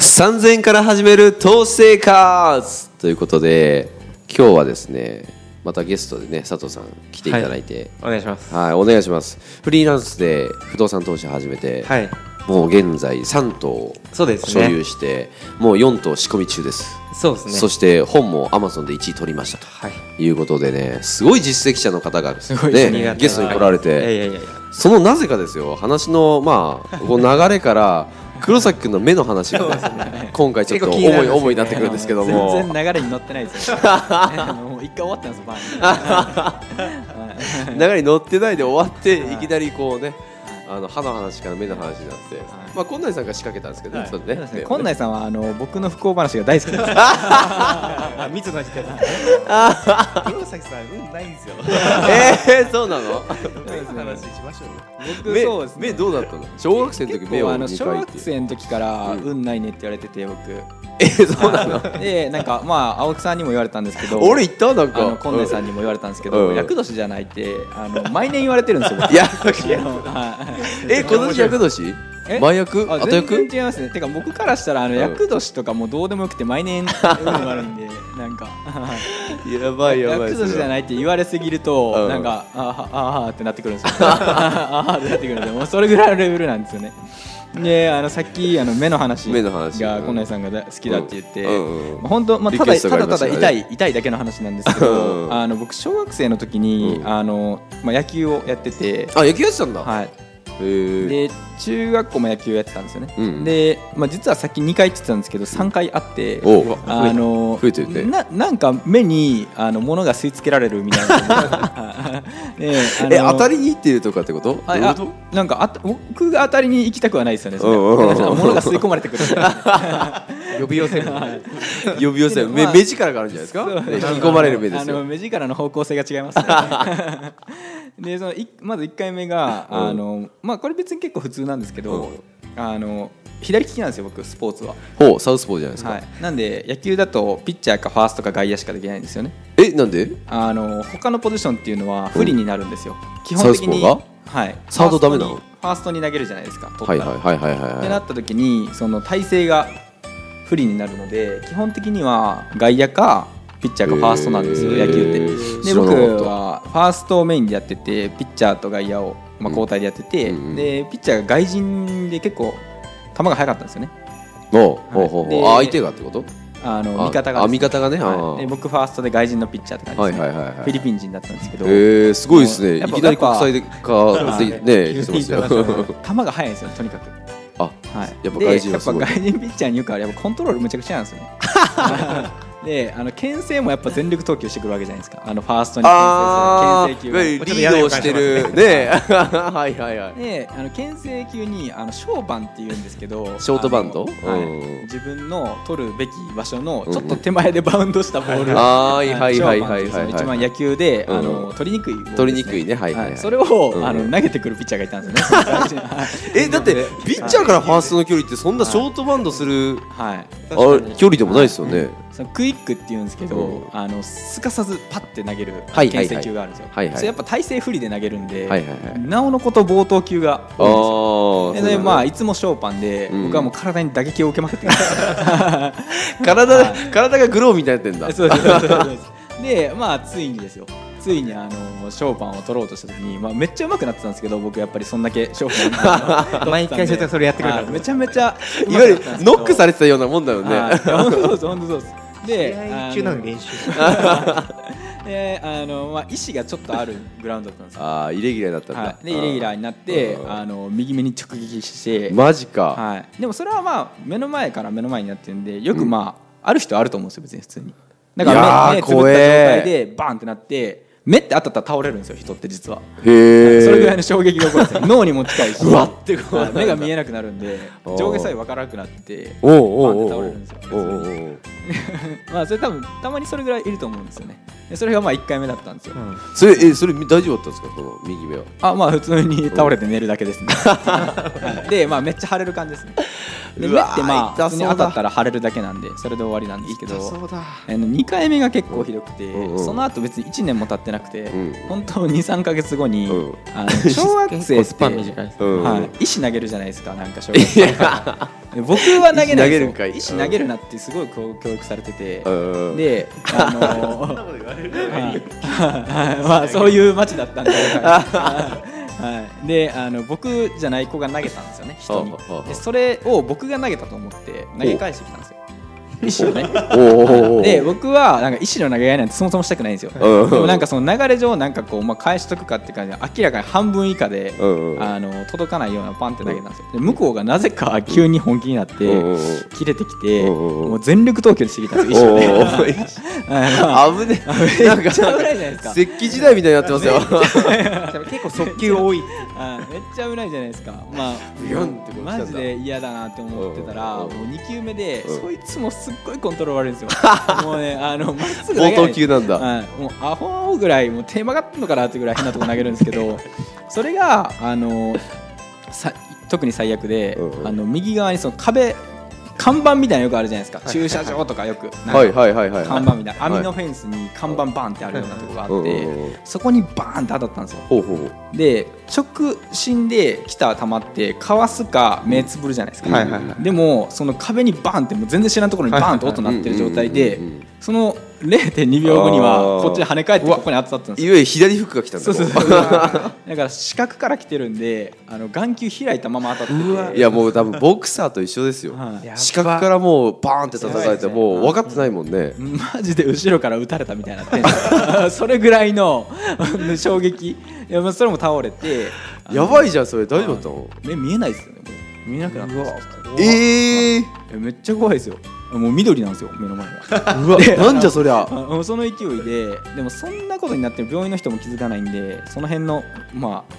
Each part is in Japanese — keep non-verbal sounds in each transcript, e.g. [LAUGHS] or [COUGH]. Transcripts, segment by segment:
3000円から始める投資生活ということで今日はですねまたゲストでね佐藤さん来ていただいて、お願いしますはい、お願いしますフリーランスで不動産投資始めて、はいもう現在3棟そうですね所有して、もう4棟仕込み中です、そうですねそして本も Amazon で1位取りましたとはいいうことでねすごい実績者の方がですごいですねゲストに来られて、いやいやいやいやそのなぜかですよ話のまあこう流れ [LAUGHS] から黒崎君の目の話が今回ちょっと重い重いになってくるんですけども全然流れに乗ってな [LAUGHS] いですよもう一回終わったんですよバーンはい流れに乗ってないで終わっていきなりこうねあの歯の話から目の話になってまあ近内さんが仕掛けたんですけどねそれそうですねね今内さんはあの僕の不幸話が大好きですあ水野光さん黒崎さん運ないんですよえーそうなの話しましょうよ僕目そうですね目どうだったの小学生の時結目を構あの2小回っ学て生の時からうん運ないねって言われてて僕えーそうなのでなんかまあ青木さんにも言われたんですけど俺言ったなんあのか今内さんにも言われたんですけうどん厄年じゃないってあの毎年言われてるんですよいや僕あのはいえ今年役年え前役後全役然違いますねてか僕からしたらあのうん厄年とかもうどうでもよくて毎年運があるんでなんかやばいやばい厄年じゃないって言われすぎると、うんなんかあはあはってなってくるんですよあはってなってくる [LAUGHS] んですよもうそれぐらいのレベルなんですよねであのさっきあの目の話目の話がうん近内さんがだ好きだって言って、うんうんうんまあ本当、まあ、リたクエだストたがありだましたただね痛い痛いだけの話なんですけうどんあの僕小学生の時に、うんあのまあ、野球をやってて、あ野球やってたんだはい、へえで中学校も野球やってたんですよね、うんで、まあ、実はさっき2回って言ってたんですけど3回あっておあの増えてるねななんか目にあの物が吸い付けられるみたい [LAUGHS] なねえ当たりりにいってるとかってことどういうあことあなんかあた僕が当たりに行きたくはないですよねそれうんうんうんなんか物が吸い込まれてくるみた [LAUGHS] いな呼び寄せる [LAUGHS] 呼び寄せる目まあ目力があるんじゃないですかね引き込まれる目ですあのよ目力の方向性が違いま [LAUGHS] すねでそのいまず1回目があの、まあ、これ別に結構普通なんですけど、あの左利きなんですよ僕スポーツは。ほうサウスポーじゃないですはかい、なんで野球だとピッチャーかファーストか外野しかできないんですよねえなんであの他のポジションっていうのは不利になるんですよ、基サ本ウス的ポにーがはいサードダメなのファーストにファーストに投げるじゃないですか取ったはいらはいはいはいっはていなはった時にその体勢が不利になるので基本的には外野かピッチャーかファーストなんですよ、へー野球って知でらな僕かったはファーストをメインでやっててピッチャーと外野を、まあ、交代でやってて、うんうんでピッチャーが外人で結構球が速かったんですよねいほうほうほうほうであ相手がってことあのあ味方があですね味方がねあはい、でー僕ファーストで外人のピッチャーって感じはでいす、ねはいはいはフィリいピン人だったんですけど、えーすごいですねいやっぱきなり国際でやかっぱでねして [LAUGHS] ますよ球が速いんですよとにかく、はあい、やっぱ外人でやはっすぱごい外人ピッチャーによくあれやっぱコントロールむちゃくちゃなんです [LAUGHS] よねであの牽制もやっぱ全力投球してくるわけじゃないですかあのファーストにあ牽制すーいるわ牽ゆるリ制球がードをしてるね [LAUGHS] はいはいはいであの牽制球にあのショーバンっていうんですけどショートバンドあのはいうん自分の取るべき場所のちょっと手前でバウンドしたボ [LAUGHS] ールはいはいはいはいはいショーマンってうそのはい一番野球で、あうの取りにくいボールです、取りにくいねはいはいはいそれを、うんあの投げてくるピッチャーがいたんですよね [LAUGHS] えだってピッチャーからファーストの距離ってそんなショートバウンドするはいあ距離でもないですよねそのクイックっていうんですけど、うんあのすかさずパッて投げるはいはいはい牽制球があるんですよ、はいはいそれやっぱ体勢不利で投げるんで、はいはいはいなおのこと暴投球がああ多いんですよででまあ、あいつもショーパンで、うん僕はもう体に打撃を受けまくってました。体体がグローブみたいになってんだそうですそうですそうです [LAUGHS] でまあついにですよついにあのショーパンを取ろうとした時に、まあ、めっちゃ上手くなってたんですけど僕やっぱりそんだけショーパンを取ってたんで毎回それそれやってくるからはいめちゃめちゃ [LAUGHS] いわゆるノックされれてたようなもんだよ [LAUGHS] ね本当そうです本当そうですで試合中なのに練習あのであの、まあ、意思がちょっとあるグラウンドだったんですよ、ああイレギュラーだったんだ、はい、でイレギュラーになってうんあの右目に直撃して、マジか、はい、でもそれはまあ目の前から目の前になってるんでよくまあ、ある人はあると思うんですよ別に普通にだかいやーら目目つぶった状怖え態でバンってなって目って当たったら倒れるんですよ人って実は、へえそれぐらいの衝撃が起こる [LAUGHS] んですよ脳にも近いしうわ [LAUGHS] ってこうはい目が見えなくなるんで [LAUGHS] おー上下左右分からなくなっておうおうおうバンおうって倒れるんですよおうおうおうまあそれ多分たまにそれぐらいいると思うんですよねでそれがまあ1回目だったんですよ、それえそれ大丈夫だったんですかその右目はあまあ普通に倒れて寝るだけですねはい [LAUGHS] でまあめっちゃ腫れる感じですねで目っうてわーまあ痛普通そうだに当たったら腫れるだけなんでそれで終わりなんですけどだあの2回目が結構ひどくて、うんうんその後別に1年も経ってななくて、うん本当23か月後に、うんあの小学結生構っスパンて短いです、うんはい、石投げるじゃないですかなんか小学生僕は投げな石投いげるんかい石投げるなってすごいこう教育されてて、うんで、あのーはいまあそういう町だったんで、はい、であの僕じゃない子が投げたんですよね人にはあはあはあでそれを僕が投げたと思って投げ返してきたんですよ石をねおーおーおーで僕はなんか石の投げ合いなんてそもそもしたくないんですようんでもなんかその流れ上なんかこう、まあ、返しとくかって感じで明らかに半分以下で、うんうんあの届かないようなパンって投げたんですよで向こうがなぜか急に本気になって、うんうんうん切れてきて、うんうんうんもう全力投球してきたんですよ、お一緒ーに。おー危ねえなんめっちゃ危なかいじゃないですか石器時代みたいになってますよ結構速球多いあめっちゃ危ないじゃないですか、まあ、ビヨンってこう来たんだマジで嫌だなって思ってたら、うんもううん2球目で、うんそいつもすっごいコントロール悪いん [LAUGHS] ですよ、もうね、あのまっす冒ぐ投げない頭級なんだはい、もうアホぐらい、もう手曲がってんのかなってぐらい変なとこ投げるんです [LAUGHS] けど、それがあのさ特に最悪で、うんうんあの右側にその壁、看板みたいなのよくあるじゃないですか、駐車場とかよく、なんかはいはいはいはい看板みたいな、はい網のフェンスに看板バーンってあるようなとこがあって、うんうんうんそこにバーンって当たったんですよ。ほうほうで直進で来た球ってかわすか目つぶるじゃないですか、はいはいはでもその壁にバーンってもう全然知らんところにバーンと音鳴ってる状態でうんうんうんうんその0.2秒後にはあーこっちに跳ね返ってここに当たったんですいよわゆる左フックが来たんだそうそうそう [LAUGHS] だから四角から来てるんであの眼球開いたまま当たって [LAUGHS] ていやもう多分ボクサーと一緒ですよはいやば視覚からもうバーンって叩かれてもう分かってないもんねマジで後ろから打たれたみたいなテンシ [LAUGHS] ョンそれぐらいの衝撃いやまあそれも倒れてあのやばいじゃんそれ大丈夫だったの目見えないですよね見えなくなったんですよえええめっちゃ怖いですよもう緑なんですよ目の前がうわでなんじゃそりゃあもうその勢いででもそんなことになってる病院の人も気づかないんでその辺のまあ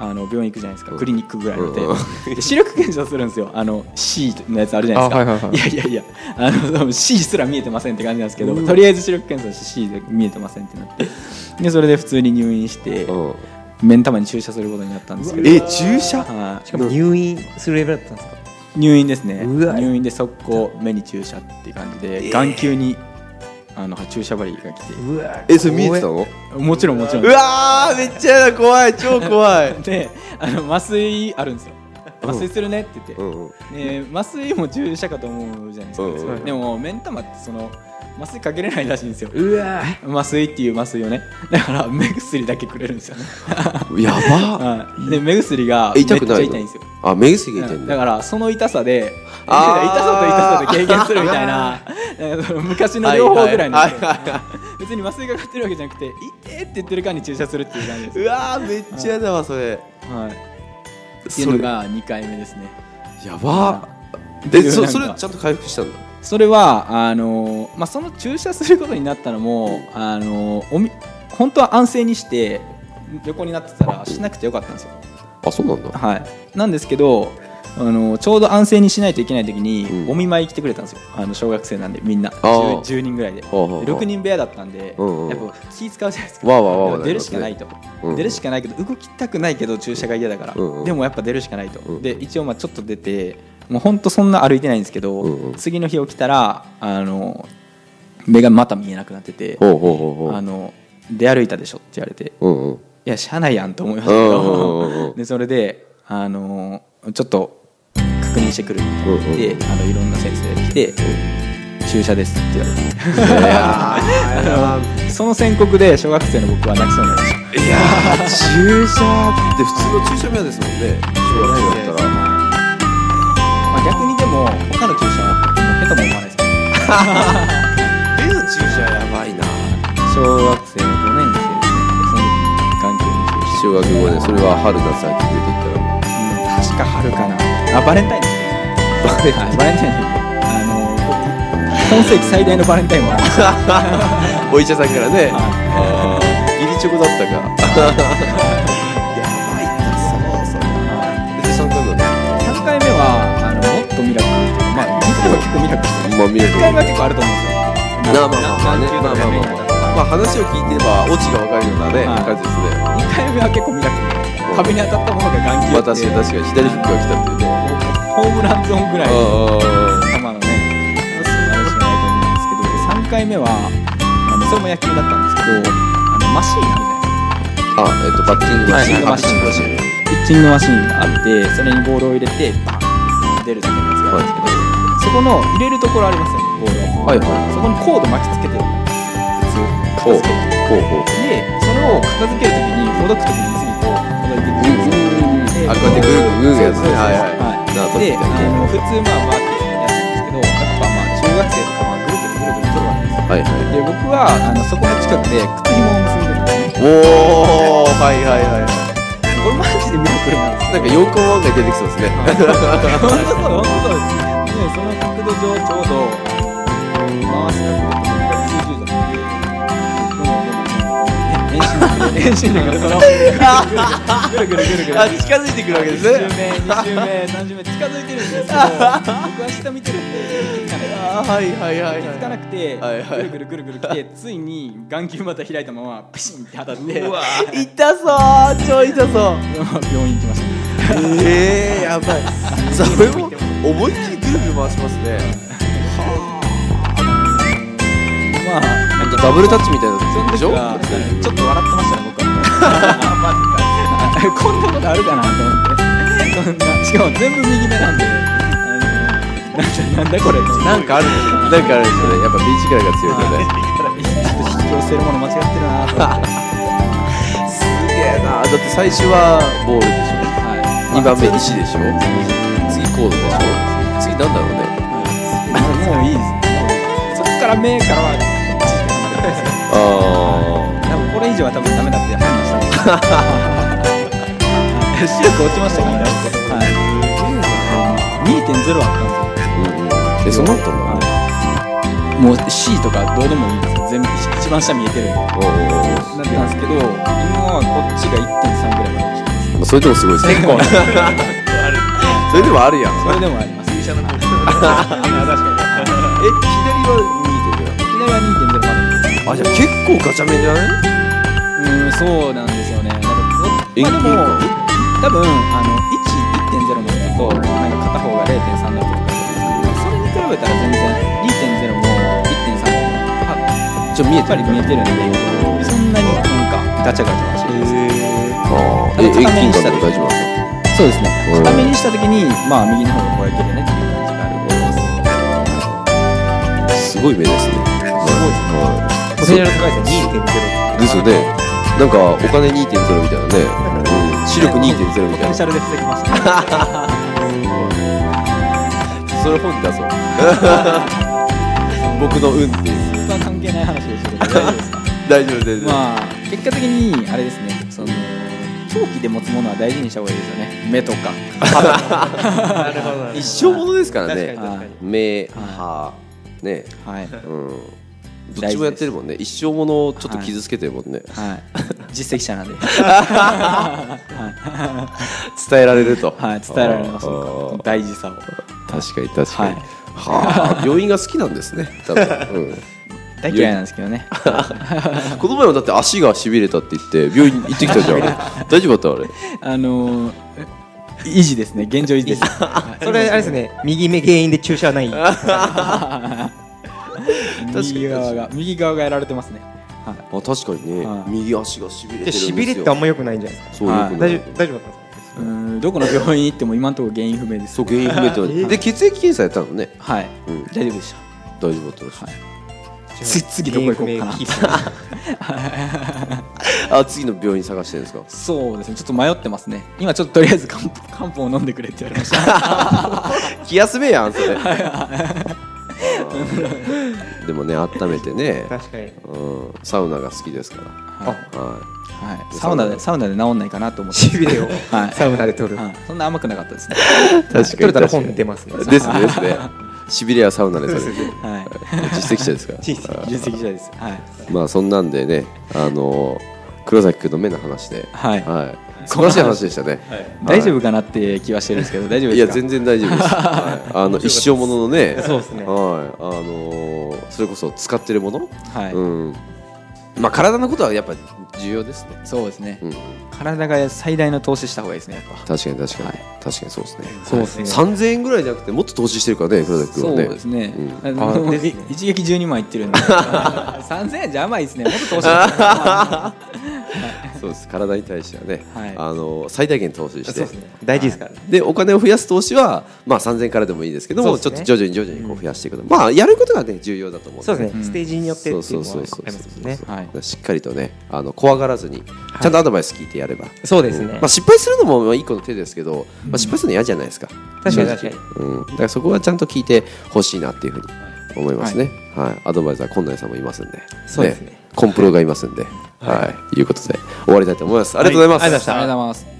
あの病院行くじゃないですか、クリニックぐらいので,、うんで視力検査するんですよあの C のやつあるじゃないであはすか、いはいはいいやいやいやあの多分 C すら見えてませんって感じなんですけどとりあえず視力検査して C で見えてませんってなってでそれで普通に入院してうん目ん玉に注射することになったんですけどえ注射はいしかも入院するレベルだったんですか入院ですねうわ入院で速攻目に注射っていう感じで、眼球にあの注射針が来てうわえそれ見えてたのもちろんもちろんうわーめっちゃやだ怖い超怖いであの麻酔あるんですよ麻酔するねって言って、うんうんで麻酔も注射かと思うじゃないですか、うんうんでも目ん玉ってその麻酔かけれないらしいんですようわ麻酔っていう麻酔をねだから目薬だけくれるんですよね、やばはいで目薬がえめっちゃ痛く痛ないいのんですよあ目薬が痛いうんんだだからその痛さで痛あーさ [LAUGHS] と痛さで軽減するみたいな [LAUGHS] なんかその昔の両方ぐらいのはいはい別に麻酔がかかってるわけじゃなくて「痛え!」って言ってる間に注射するっていう感じですう、わーめっちゃやだわそれはい、っていそうのれが2回目ですねやばうんでっていうそなんそかれちゃんと回復したんだそれはあのーまあ、その注射することになったのも、あのーおみ本当は安静にして横になってたらしなくてよかったんですよあそうなんだはい、なんですけどあのちょうど安静にしないといけない時に、うんお見舞い来てくれたんですよあの小学生なんでみんなー 10, 10人ぐらいであはあはあ6人部屋だったんで、うんうんやっぱ気使うじゃないですかわあわあわあわあ出るしかないと、うん出るしかないけど動きたくないけど注射が嫌だから、うんうんでもやっぱ出るしかないと、うんで一応まあちょっと出てもうほんとそんな歩いてないんですけど、うんうん次の日起きたらあの目がまた見えなくなっててほうほうほうほあうの出歩いたでしょって言われてうんうんいやしゃあないやんと思いましたけうんうんうんうどんでそれで、あのーちょっと確認してくるみたいな言って、うんうあのいろんな先生が来て、注射ですって言われていやーその宣告で小学生の僕は泣きそうになりましたいやー注射って普通の注射部屋ですもんね小学生だったらまあ、逆にでも他の注射はもう下手も思わないですけ目どの注射やばいな小学生5年生ですねその時眼球に小学校でそ注射れは春夏秋冬といったらうん確か春かなあバレンタインですねバレはいバレンタインの時あのー今世紀最大のバレンタインもありましたお医者さんからねはあいー義理チョコだったかやばいなそうそうで3回目は3回目はあのもっとミラクルっていうかまあ2回は結構ミラクルですねまあ見れるなまあ1回目は結構あると思うんですよまあまあねまあまあまあまあまあ話を聞いてればオチがわかるようなねはい感じですね2回目は結構ミラクル壁に当たったものが眼球まあ確かに確かに左フックが来たっていうねホームランゾーンぐらいのあ球のね素晴らしいないと思うんですけど3回目はあのそれも野球だったんですけどあのマシーンあるじゃあないですかえっとバッティングマシーンバッティンングマシピッチングマシーンがあってそれにボールを入れてバン出るだけのやつがあるんですけど、そこの入れるところありますよねボはいールを、はいそこにコード巻きつけてるのほう普通片付けてほうほうでそれを片付けるときにほどくときに次こうほどいていくんですよあこうやってグーグーグーグーやつねはいはいはい縄跳びみでたいあなの普通まあバーってやってるんですけどやっぱまあ中学生とかまあぐるぐるぐるぐる転がるんですよはいはいで僕はあのそこの近くで靴紐を結んでるんですねおおはいはいはいこれマジでミラクルなんなんですよか洋館案外出てきそうですね本当そう本当そうです。ね、その角度上ちょうど、まあ、回す角度と190度。遠心力でそのぐるぐるぐるぐるあ近づいてくるわけですね1周目2周目3周目近づいてるんですけど僕は下見てるんで気づかないあはいはいはい気づかなくてはいはいぐるぐるぐるぐる来てついに眼球また開いたままピシンって当たってうわ痛そう超痛そう病院行きましたええやばいそれも思いっきりぐるぐる回しますねまあなんかダブルタッチみたいなそのやつで時しょはちょっと笑ってましたね僕はマジ [LAUGHS] かこんなことあるかなと思ってそんなしかも全部右目なんであのなんだなんだこれなん [LAUGHS] かあるんですよなんかあるんですよねやっぱビーチクライが強いとねちょっと引き寄せるもの間違ってるなと思って、すげえなだって最初はボールでしょはい2番目石でしょ次コードでしょ次なんだろうねもういいですそこから目からは一時間離れてますあ多分これ以上は多分ダメだって判断したん [LAUGHS] ですよ視力落ちましたからね、はい、2.0あったんですよあえそんなことなもう C とかどうでもいいんですよ全部一番下見えてるんでなっおーたんですけど今はこっちが1.3ぐらいまで来てますまあそれでもすごいですね結構 [LAUGHS] それでもあるやんそれでもあります [LAUGHS] え左は見えてるは2.0まであじゃあ結構ガチャメンじゃないうーんそうなんですよねなんか遠まあ近でも多分あの1.0もずっとなんか片方が0.3だったりとかそれに比べたら全然2.0も1.3もじゃあ見えやってぱるり見えてるんでそんなになんかガチャガチャはしないですあーえあ遠の片近面にした感時とか大丈夫なんだそうですねうん片目にしたときにまあ右の方がこれいけるねっていう感じがあると思いますすごい目ですねはポテンシャル高いですよいですよ2.0ねなんかお金2.0みたいなね、うん視力2.0みたポテいンシャルで防ぎましたなそれ本出そう [LAUGHS] 僕の運っていう僕は関係ない話ですけど大丈夫ですか大丈夫大丈夫まあ結果的にあれですねその長期で持つものは大事にした方がいいですよね目とかなるほど一生ものですから確かにね確かに目歯ねはいうんどっちもやってるもんね一生ものをちょっと傷つけてるもんねはい実績者なんで伝えられるとはい伝えられますあー大事さを確かに確かにはいはあ病院が好きなんですね多分、うん大嫌いなんですけどねこの前もだって足がしびれたって言って病院行ってきたじゃんあれ大丈夫だったあれあのー維持ですね現状維持ですそれあれですね右目原因で注射はないかに右側が右側がやられてますねはいあ確かにね、はい右足がしびれてるんですよしびれってあんま良くないんじゃないですかそうよくない、大丈夫大丈夫だったんですかうーんどこの病院行っても今のところ原因不明です。そう原因不明ってなるで血液検査やったのねはい、うん大丈夫でし大丈夫だったらしい、た。つ次どこ行こうかな。あ次の病院探してるんですかそうですね。ちょっと迷ってますね。今ちょっととりあえず漢方漢方を飲んでくれって言われま [LAUGHS] した。気休めやんそれでもね温めてね、確かにうん、サウナが好きですからははいい、はい、サウナでサウナで治んないかなと思って。しびれをはいサウナで取るはい、そんな甘くなかったですね。確取れたら本出ますねですねですねしびれやサウナでそれはい。 [LAUGHS] [LAUGHS] 実績者ですから実績実績者です。はい。まあそんなんでねあのー黒崎君の目の話でははいはい、素晴らしい話でしたね、大丈夫かなって気はしてるんですけど大丈夫いでやすか。全然大丈夫です、 [LAUGHS] はいあの一生もののねそうですはねいあのーそれこそ使ってるもの、はい、うんまあ体のことはやっぱ重要ですねそうですね、うん体が最大の投資した方がいいですね。やっぱ。確かに確かに、はい確確かにそうですねそうですね3000円ぐらいじゃなくてもっと投資してるからね黒崎そ君うはねですねうん。あのあい一撃12枚いってる [LAUGHS] んで。三千円じゃ甘いですね。もっと投資しますそうです体に対してはね、はいあの最大限投資してそうですね大事ですからねでお金を増やす投資は、まあ、3000からでもいいですけども、ちそょうっですとね徐々に徐々にこう増やしていくと、まあやることがね重要だと思うんそうですうねんステージによってっていうそのうそうそうそうはありますもんね [LAUGHS] そうはいしっかりとねあの怖がらずにちゃんとアドバイス聞いてやれば、そうですねまあ、失敗するのもまあ一個の手ですけど、まあ、失敗するの嫌じゃないですか、確かに確かにうん、だからそこはちゃんと聞いてほしいなっていうふうに思いますね、はいアドバイザー近内さんもいますんでそうですねコンプロがいいますんで、はい、いうことで終わりたいと思いますありがとうございます、はいありがとうございましたありがとうございます。